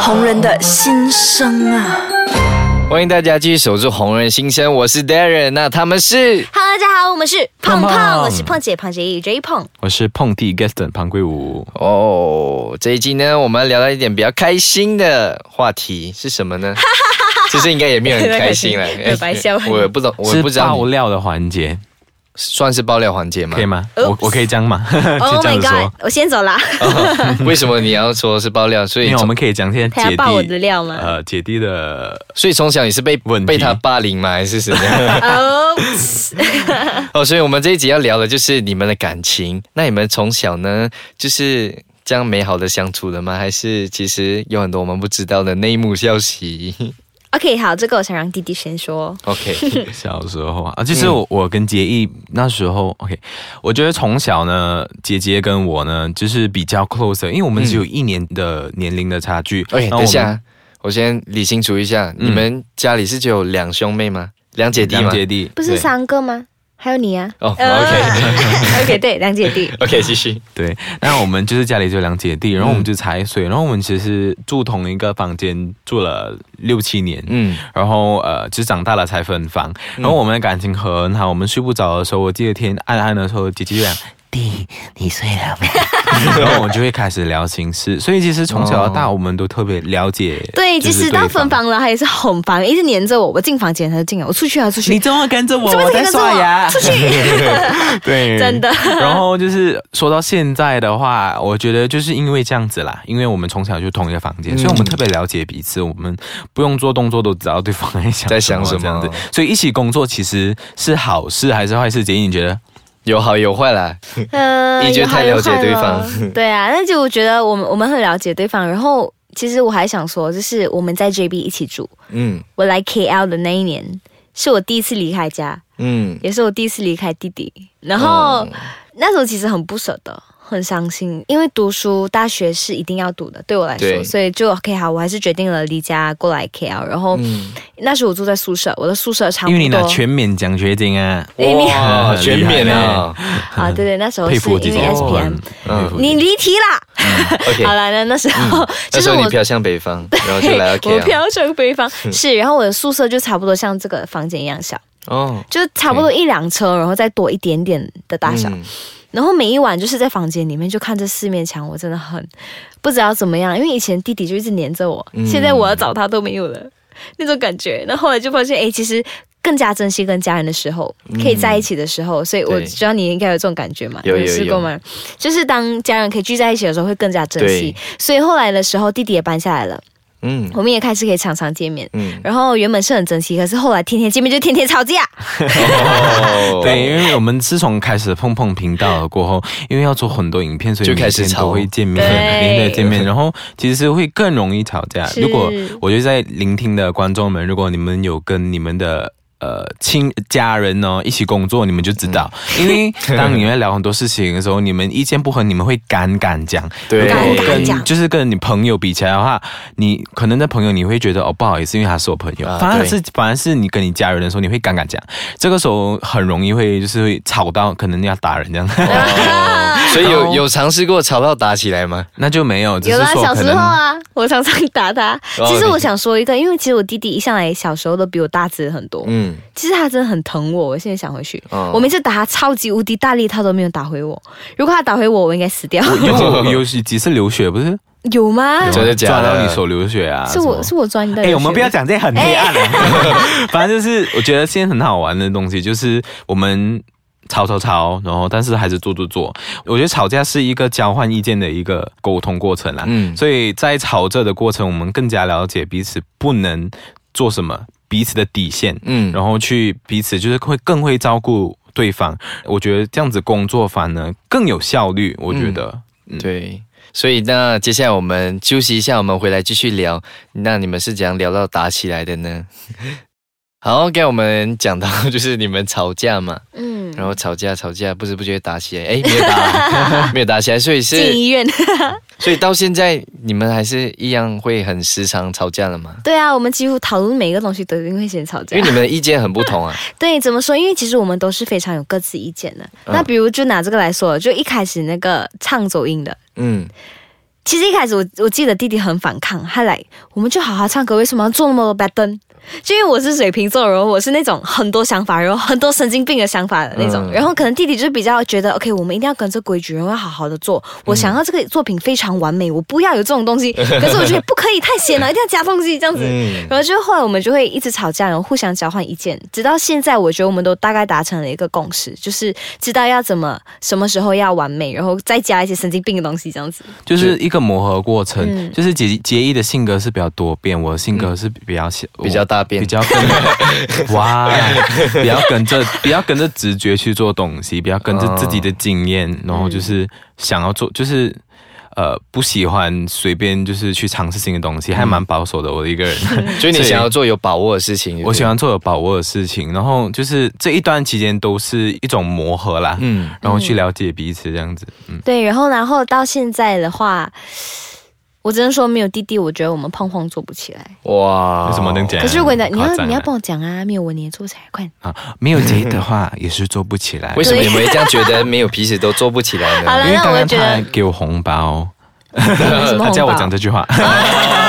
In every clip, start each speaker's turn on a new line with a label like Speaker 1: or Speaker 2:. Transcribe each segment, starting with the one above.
Speaker 1: 红人的心声啊。
Speaker 2: 欢迎大家继续守住红人新生，我是 Darren，那他们是
Speaker 3: Hello，大家好，我们是
Speaker 4: 胖
Speaker 3: 胖
Speaker 4: 胖
Speaker 3: 胖，我是胖姐，胖姐 J 胖。
Speaker 4: 我是碰地 Gaston 庞贵武。
Speaker 2: 哦，这一集呢，我们聊到一点比较开心的话题是什么呢？其实应该也没有很开心了，
Speaker 3: 没有白笑
Speaker 2: 我也不懂，我也不知
Speaker 4: 是
Speaker 2: 道
Speaker 4: 爆料的环节，
Speaker 2: 算是爆料环节吗？
Speaker 4: 可以吗？我
Speaker 3: Oops Oh
Speaker 4: 我可以这样吗？ 就这样子说。
Speaker 3: 我先走啦。
Speaker 2: 哦 为什么你要说是爆料？所以
Speaker 4: 因为我
Speaker 2: 从
Speaker 4: 们可以讲一些
Speaker 3: 他要
Speaker 4: 姐
Speaker 3: 爆我的
Speaker 4: 弟，
Speaker 3: 料吗？
Speaker 4: 呃，姐弟的
Speaker 2: 所以从小你是被
Speaker 4: 问题
Speaker 2: 被他霸凌吗？还是什 么？
Speaker 3: 哦，
Speaker 2: 哦，所以我们这一集要聊的就是你们的感情。那你们从小呢，就是这样美好的相处的吗？还是其实有很多我们不知道的内幕消息
Speaker 3: OK，好，这个我想让弟弟先 说。
Speaker 2: ？OK，
Speaker 4: 小时候啊，其实
Speaker 2: 嗯
Speaker 4: 我、我跟杰毅那时候，OK，我觉得从小呢，姐姐跟我呢就是比较 close，的因为我们只有一年的年龄的差距。
Speaker 2: 哎、
Speaker 4: 然后我
Speaker 2: 嗯等一
Speaker 4: 们
Speaker 2: 下，我先理清楚一下，
Speaker 4: 嗯
Speaker 2: 你们家里是只有两兄妹吗？两姐弟
Speaker 4: 两
Speaker 2: 吗？
Speaker 4: 姐弟
Speaker 3: 不是三个吗？还有你啊。
Speaker 2: 哦、o
Speaker 3: 呃
Speaker 2: k
Speaker 3: OK，对，两姐弟。
Speaker 2: OK，继续。
Speaker 4: 对，那我们就是家里就有两姐弟，然后我们就才岁，然后我们其实住同一个房间住了六七年，
Speaker 2: 嗯，
Speaker 4: 然后呃，就长大了才分房。然后我们的感情很好，我们睡不着的时候，我第二天暗暗的时候，姐姐就讲：“弟，你睡了没？” 然后我们就会开始聊心事。所以其实从小到大，我们都特别了解。
Speaker 3: 对，即
Speaker 4: 就是
Speaker 3: 使到分
Speaker 4: 对方。
Speaker 3: 房了，他也是哄房，一直黏着我。我进房间他就进来，我出去他就出去。
Speaker 4: 这么跟着我
Speaker 3: 这么跟着我
Speaker 4: 出去。 对，
Speaker 3: 真的。
Speaker 4: 然后就是说到现在的话，我觉得就是因为这样子啦，因为我们从小就同一个房间，
Speaker 2: 嗯
Speaker 4: 所以我们特别了解彼此，我们不用做动作都知道对方在想
Speaker 2: 在想
Speaker 4: 什
Speaker 2: 什
Speaker 4: 么这样
Speaker 2: 么
Speaker 4: 子，所以一起工作其实是好事还是坏事？姐，你觉得？
Speaker 2: 有好有坏啦。
Speaker 3: 嗯
Speaker 2: 你觉得太了解对方。
Speaker 3: 有好有坏咯对啊，那就我觉得我们我们很了解对方。然后其实我还想说，就是我们在 JB 一起住，
Speaker 2: 嗯
Speaker 3: 我来 KL 的那一年，是我第一次离开家，
Speaker 2: 嗯，
Speaker 3: 也是我第一次离开弟弟。然
Speaker 4: 哦
Speaker 3: 后、那时候其实很不舍得，很伤心，因为读书大学是一定要读的，对我来
Speaker 2: 对
Speaker 3: 说，所以就 OK 好，我还是决定了离家过来 KL。然后、
Speaker 2: 嗯
Speaker 3: 那时候我住在宿舍，我的宿舍差不
Speaker 4: 因
Speaker 3: 多
Speaker 4: 为你拿全免奖学金啊，
Speaker 3: 哎你
Speaker 2: 哇， 全免啊
Speaker 3: 啊，对对，那时候
Speaker 4: 嗯佩
Speaker 3: 是 E
Speaker 4: 服我姐
Speaker 3: 因
Speaker 4: 姐
Speaker 3: 为，
Speaker 4: 我很
Speaker 3: SPM。
Speaker 4: 佩服姐
Speaker 3: 你
Speaker 4: 姐
Speaker 3: 离题啦！
Speaker 2: ！OK，
Speaker 3: 好了，那那时
Speaker 4: 嗯
Speaker 3: 候、
Speaker 2: 那
Speaker 3: 就
Speaker 2: 时
Speaker 3: 是
Speaker 2: 候
Speaker 3: 我
Speaker 2: 你飘向北方，然后就
Speaker 3: 嘿
Speaker 2: 来到啊
Speaker 3: 我
Speaker 2: KL。
Speaker 3: 飘向北方，
Speaker 4: 嗯
Speaker 3: 是，然后我的宿舍就差不多像这个房间一样小，
Speaker 2: 哦，
Speaker 3: 就差不多
Speaker 4: 嗯
Speaker 3: 一辆车，然后再多一点点的大小。
Speaker 2: 嗯
Speaker 3: 然后每一晚就是在房间里面就看这四面墙，我真的很不知道怎么样，因为以前弟弟就一直黏着我，
Speaker 2: 嗯
Speaker 3: 现在我要找他都没有了那种感觉。那后来就发现，哎，其实更加珍惜跟家人的时候，可以在一起的时候，所以我
Speaker 2: 对
Speaker 3: 知道你应该有这种感觉嘛，
Speaker 2: 有有
Speaker 3: 试过吗？就是当家人可以聚在一起的时候，会更加珍惜
Speaker 2: 对。
Speaker 3: 所以后来的时候，弟弟也搬下来了，
Speaker 2: 嗯
Speaker 3: 我们也开始可以常常见面。
Speaker 2: 嗯，
Speaker 3: 然后原本是很珍惜，可是后来天天见面就天天吵架。
Speaker 2: 哦
Speaker 4: 对，因为我们自从开始碰碰频道了过后，因为要做很多影片，所以
Speaker 2: 就开始
Speaker 4: 每天
Speaker 2: 吵
Speaker 4: 都会见面，
Speaker 3: 对
Speaker 4: 每天都见面，然后其实会更容易吵架。
Speaker 3: 是
Speaker 4: 如果我觉得在聆听的观众们，如果你们有跟你们的。呃，亲家人呢、一起工作，你们就知道，
Speaker 2: 嗯
Speaker 4: 因为当你们聊很多事情的时候，你们意见不合，你们会敢敢讲。
Speaker 2: 对
Speaker 4: 如果
Speaker 3: 敢敢讲
Speaker 4: 跟就是跟你朋友比起来的话，你可能在朋友你会觉得哦不好意思，因为他是我朋友，
Speaker 2: 啊
Speaker 4: 反而
Speaker 2: 对
Speaker 4: 是反而是你跟你家人的时候，你会敢敢讲。这个时候很容易会就是会吵到，可能要打人这 样，
Speaker 2: 哦所以有有尝试过吵到打起来吗？
Speaker 4: 那就没有，只
Speaker 3: 有
Speaker 4: 是
Speaker 3: 啦，
Speaker 4: 说
Speaker 3: 小
Speaker 4: 可
Speaker 3: 时候
Speaker 4: 能
Speaker 3: 啊，我常常打他。
Speaker 2: 哦
Speaker 3: 其实我想说一个，因为其实我弟弟一向来小时候都比我大只很多，
Speaker 2: 嗯，
Speaker 3: 其实他真的很疼我。我现在想回去，
Speaker 2: 哦
Speaker 3: 我每次打他超级无敌大力，他都没有打回我。如果他打回我，我应该死掉。
Speaker 4: 因为我有几次流血不是
Speaker 3: 有吗？
Speaker 2: 有真的假的
Speaker 4: 抓到你手流血啊？
Speaker 3: 是
Speaker 4: 什
Speaker 3: 我
Speaker 4: 么
Speaker 3: 是我钻的。
Speaker 4: 哎、我们不要。讲这很黑暗的、啊
Speaker 2: 哎
Speaker 4: 反正就是我觉得现在很好玩的东西，就是我们吵吵吵，然后但是还是做做做。我觉得吵架是一个交换意见的一个沟通过程啦，
Speaker 2: 嗯
Speaker 4: 所以在吵着的过程，我们更加了解彼此不能做什么，彼此的底线，
Speaker 2: 嗯
Speaker 4: 然后去彼此就是会更会照顾对方。我觉得这样子工作反而更有效率，我觉
Speaker 2: 嗯
Speaker 4: 得。
Speaker 2: 对。所以那接下来我们休息一下，我们回来继续聊。那你们是怎样聊到打起来的呢？ 好，给我们讲到就是你们吵架嘛，
Speaker 3: 嗯，
Speaker 2: 然后吵架吵架，不知不觉打起来，哎，没有 打，没有打起来，所以
Speaker 3: 进
Speaker 2: 是
Speaker 3: 医院。
Speaker 2: 所以到现在你们还是一样会很时常吵架了吗？
Speaker 3: 对啊，我们几乎讨论每一个东西都一定会先吵架
Speaker 2: 因为。你们的意见很不同 啊。
Speaker 3: 对，怎么说？因为其实我们都是非常有各自意见的。
Speaker 2: 嗯
Speaker 3: 那比如就拿这个来说，就一开始那个唱走音的，
Speaker 2: 嗯，
Speaker 3: 其实一开始我我记得弟弟很反抗，他来我们就好好唱歌，为什么要做那么多 b a t t 就因为我是水瓶座，然后我是那种很多想法，然后很多神经病的想法的那种，
Speaker 2: 嗯
Speaker 3: 然后可能弟弟就是比较觉得 OK，我们一定要跟着规矩，然后要好好的做。我想要这个作品非常完美，我不要有这种东 西，可是我觉得不可以太咸了，一定要加东西这样子。
Speaker 2: 嗯
Speaker 3: 然后就后来我们就会一直吵架，然后互相交换意见，直到现在，我觉得我们都大概达成了一个共识，就是知道要怎么、什么时候要完美，然后再加一些神经病的东西，这样子。
Speaker 4: 就是一个磨合过程。
Speaker 3: 嗯
Speaker 4: 就是杰杰一的性格是比较多变，我的性格是比较小、
Speaker 2: 嗯比较大变
Speaker 4: 比 较跟哇，比较跟着比较跟着直觉去做东西，比较跟着自己的经验，
Speaker 2: 哦
Speaker 4: 然后
Speaker 3: 嗯
Speaker 4: 就是想要做，就是呃不喜欢随便就是去尝试新的东
Speaker 2: 嗯
Speaker 4: 西，还蛮保守的我的一个人。
Speaker 2: 所以你想要做有把握的事情，
Speaker 4: 我喜欢做有把握的事情，然后就是这一段期间都是一种磨合啦，
Speaker 2: 嗯
Speaker 4: 然后去了解彼此这样子，嗯，
Speaker 3: 对，然后然后到现在的话，我只能说没有弟弟，我觉得我们碰碰做不起来。
Speaker 2: 哇
Speaker 4: 有什么能讲？
Speaker 3: 可是如果你你
Speaker 4: 哎夸
Speaker 3: 要
Speaker 4: 张
Speaker 3: 你要
Speaker 4: 啊
Speaker 3: 帮我讲啊，没有我你也做不起来， 快点。
Speaker 4: 啊，没有结 的话也是做不起来。
Speaker 2: 为什么你们会这样觉得没有彼此都做不起来呢？
Speaker 3: 好了
Speaker 4: 因为刚
Speaker 3: 那我
Speaker 4: 刚
Speaker 3: 觉得
Speaker 4: 他还给我 红包，
Speaker 3: 什么
Speaker 4: 他
Speaker 3: 红
Speaker 4: 叫我
Speaker 3: 包
Speaker 4: 讲这 句话。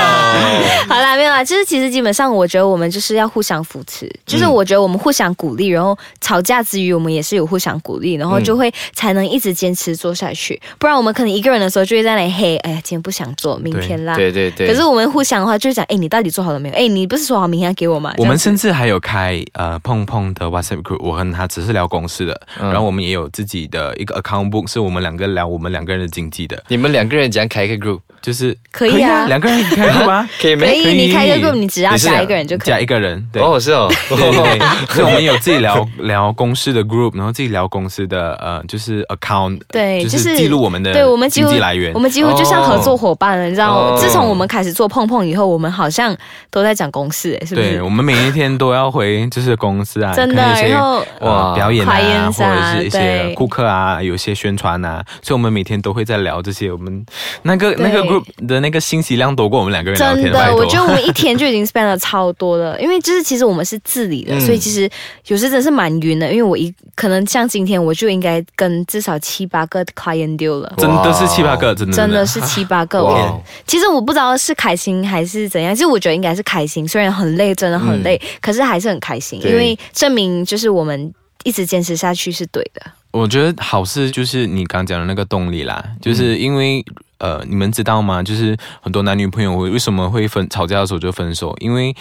Speaker 3: 好啦，没有啦，就是其实基本上，我觉得我们就是要互相扶持，
Speaker 4: 嗯
Speaker 3: 就是我觉得我们互相鼓励，然后吵架之余，我们也是有互相鼓励，
Speaker 4: 嗯
Speaker 3: 然后就会才能一直坚持做下去。不然我们可能一个人的时候就会在那里嘿，哎呀，今天不想做，明天啦。
Speaker 2: 对对对，
Speaker 3: 啊可是我们互相的话，就会讲，哎，你到底做好了没有？哎，你不是说好明天要给我吗？
Speaker 4: 我们
Speaker 3: 这样
Speaker 4: 甚至还有开呃碰碰的 WhatsApp group，我跟他只是聊公司的，
Speaker 2: 嗯
Speaker 4: 然后我们也有自己的一个 account book，是我们两个聊我们两个人的经济的，
Speaker 2: 你们两个人讲开一个 group
Speaker 4: 就是
Speaker 3: 可以啊
Speaker 4: 两个人一起开 group 啊，
Speaker 2: 可以
Speaker 3: 可
Speaker 2: 没？
Speaker 3: 以，你开一个 group，你只要
Speaker 2: 你是
Speaker 3: 加一个人就可以。
Speaker 4: 加一个人，对。
Speaker 2: 哦，是 哦，
Speaker 4: 对对对， 所以我们有自己聊聊公司的 group，然后自己聊公司的呃，就是 account，
Speaker 3: 对
Speaker 4: 就
Speaker 3: 就是
Speaker 4: 是记录我们的
Speaker 3: 对我们几
Speaker 4: 经
Speaker 3: 乎
Speaker 4: 济来源
Speaker 3: 我。们几乎就像合作伙伴了，你知道吗？
Speaker 2: 哦
Speaker 3: 自从我们开始做碰碰以后，我们好像都在讲公事，哎，是不
Speaker 4: 对
Speaker 3: 是
Speaker 4: 我？们每一天都要回就是公司 啊，
Speaker 3: 真的
Speaker 4: 看一些
Speaker 3: 然后
Speaker 4: 呃
Speaker 2: 哇
Speaker 4: 表演啊，或
Speaker 3: clients 啊
Speaker 4: 者是一些
Speaker 3: 对
Speaker 4: 顾客啊，有一些宣传啊，所以我们每天都会在聊这些。我们那个
Speaker 3: 对
Speaker 4: 那个 group 的那个信息量多过我们两个人聊
Speaker 3: 真
Speaker 4: 天，拜
Speaker 3: 的，
Speaker 4: 托
Speaker 3: 我觉得我们一天就已经 spend 了超多了，因为就是其实我们是自理的，
Speaker 2: 嗯
Speaker 3: 所以其实有时真的是蛮晕的。因为我一可能像今天我就应该跟至少七八个 client 丢了。
Speaker 4: 真的是七八个，真的
Speaker 3: 真的是七八个，
Speaker 2: 哇
Speaker 3: 我其实我不知道是开心还是怎样，其实我觉得应该是开心，虽然很累，真的很累，可是还是很开心，
Speaker 2: 嗯对
Speaker 3: 因为证明就是我们一直坚持下去是对 的。
Speaker 4: 我觉得好事就是你刚讲的那个动力啦，
Speaker 3: 嗯
Speaker 4: 就是因为、呃，你们知道吗？就是很多男女朋友会为什么会分吵架的时候就分手，因为。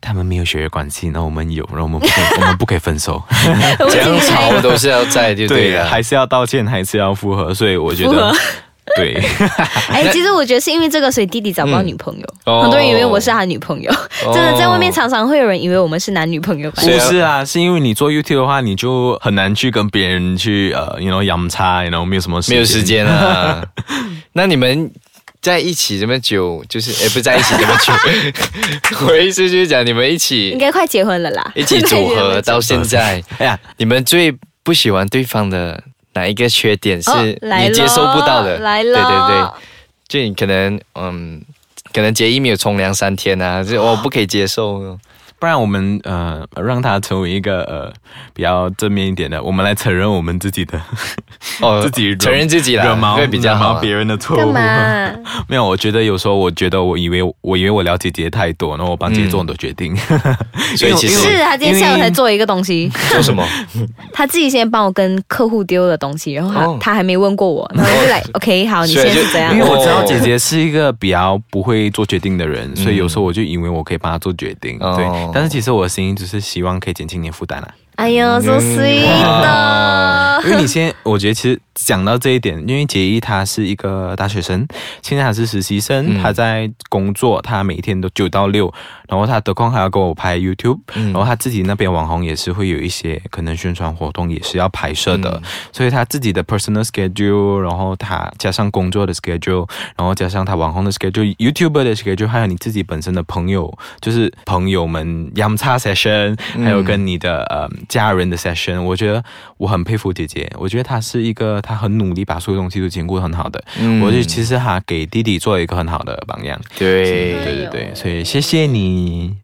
Speaker 4: 他们没有血缘关系，那我们有，然后我们不可以我们不可以分手，
Speaker 2: 怎样吵都是要在，就对了。
Speaker 4: 还是要道歉，还是要复合，所以我觉
Speaker 3: 复
Speaker 4: 得
Speaker 3: 合，
Speaker 4: 对，
Speaker 3: 哎、其实我觉得是因为这个，所以弟弟找不到女朋友，
Speaker 2: 哦
Speaker 3: 很多人以为我是他女朋友，真的在外面常常会有人以为我们是男女朋友关
Speaker 4: 不
Speaker 2: 谁
Speaker 3: 系。
Speaker 2: 啊
Speaker 4: 是啊，是因为你做 YouTube 的话，你就很难去跟别人去呃，you know，养叉，you know，没有什么
Speaker 2: 没有时。间啊。那你们在一起这么久，就是哎，不在一起这么久， 我意思就是讲你们一
Speaker 3: 应
Speaker 2: 起
Speaker 3: 该快结婚了啦，
Speaker 2: 一起 组合
Speaker 3: 对
Speaker 2: 到现在，
Speaker 4: 哎呀，
Speaker 2: 你们最不喜欢对方的哪一个缺点是
Speaker 3: 哦来
Speaker 2: 你接
Speaker 3: 咯
Speaker 2: 受不到的？
Speaker 3: 来
Speaker 2: 对对对
Speaker 3: 了，，
Speaker 2: 就你可能嗯。可能杰一没有冲凉三天啊，就我不可以接受。
Speaker 4: 不然我们呃，让他成为一个呃比较正面一点的，我们来承认我们自己的
Speaker 2: 哦，
Speaker 4: 自己惹
Speaker 2: 承认自己
Speaker 4: 惹
Speaker 2: 了，
Speaker 4: 毛
Speaker 2: 会比较
Speaker 4: 惹
Speaker 2: 好
Speaker 4: 毛
Speaker 2: 啊。
Speaker 4: 别人的错误。
Speaker 3: 干 嘛？
Speaker 4: 没有，我觉得有时候我觉得我以为我以为我了解姐姐太多，然后我帮姐姐做很多决定，
Speaker 2: 所以其实
Speaker 3: 是他今天下午才做一个东西，
Speaker 2: 做 什么？
Speaker 3: 他自己先帮我跟客户丢了东西，然后他、
Speaker 2: 哦
Speaker 3: 他还没问过我，然后我就来 OK 好，你
Speaker 2: 所
Speaker 3: 现
Speaker 2: 以
Speaker 3: 在
Speaker 2: 就是
Speaker 3: 怎样
Speaker 4: 因为？我知道
Speaker 2: 哦
Speaker 4: 姐姐是一个比较不会做决定的人，所以有时候我就以为我可以帮她做决定，
Speaker 2: 嗯哦
Speaker 4: 对。但是其实我的心意只是希望可以减轻你的负担啦、啊
Speaker 3: 哎呦，so sweet 啊的，
Speaker 4: 因为你先，我觉得其实讲到这一点，因为杰一他是一个大学生，现在他是实习生，
Speaker 2: 嗯
Speaker 4: 他在工作，他每天都九到六，然后他得空还要跟我拍 YouTube，、然
Speaker 2: 嗯
Speaker 4: 后他自己那边网红也是会有一些可能宣传活动也是要拍摄的，
Speaker 2: 嗯
Speaker 4: 所以他自己的 personal schedule，然后他加上工作的 schedule，然后加上他网红的 schedule，YouTuber 的 schedule，还有你自己本身的朋友，就是朋友们 y a m c a session，还有跟你的呃家人的 session，我觉得我很佩服姐姐，我觉得她是一个她很努力把所有东西都兼顾得很好的，
Speaker 2: 嗯
Speaker 4: 我觉得其实她给弟弟做了一个很好的榜样，
Speaker 2: 对
Speaker 4: 对对对，所以谢谢你。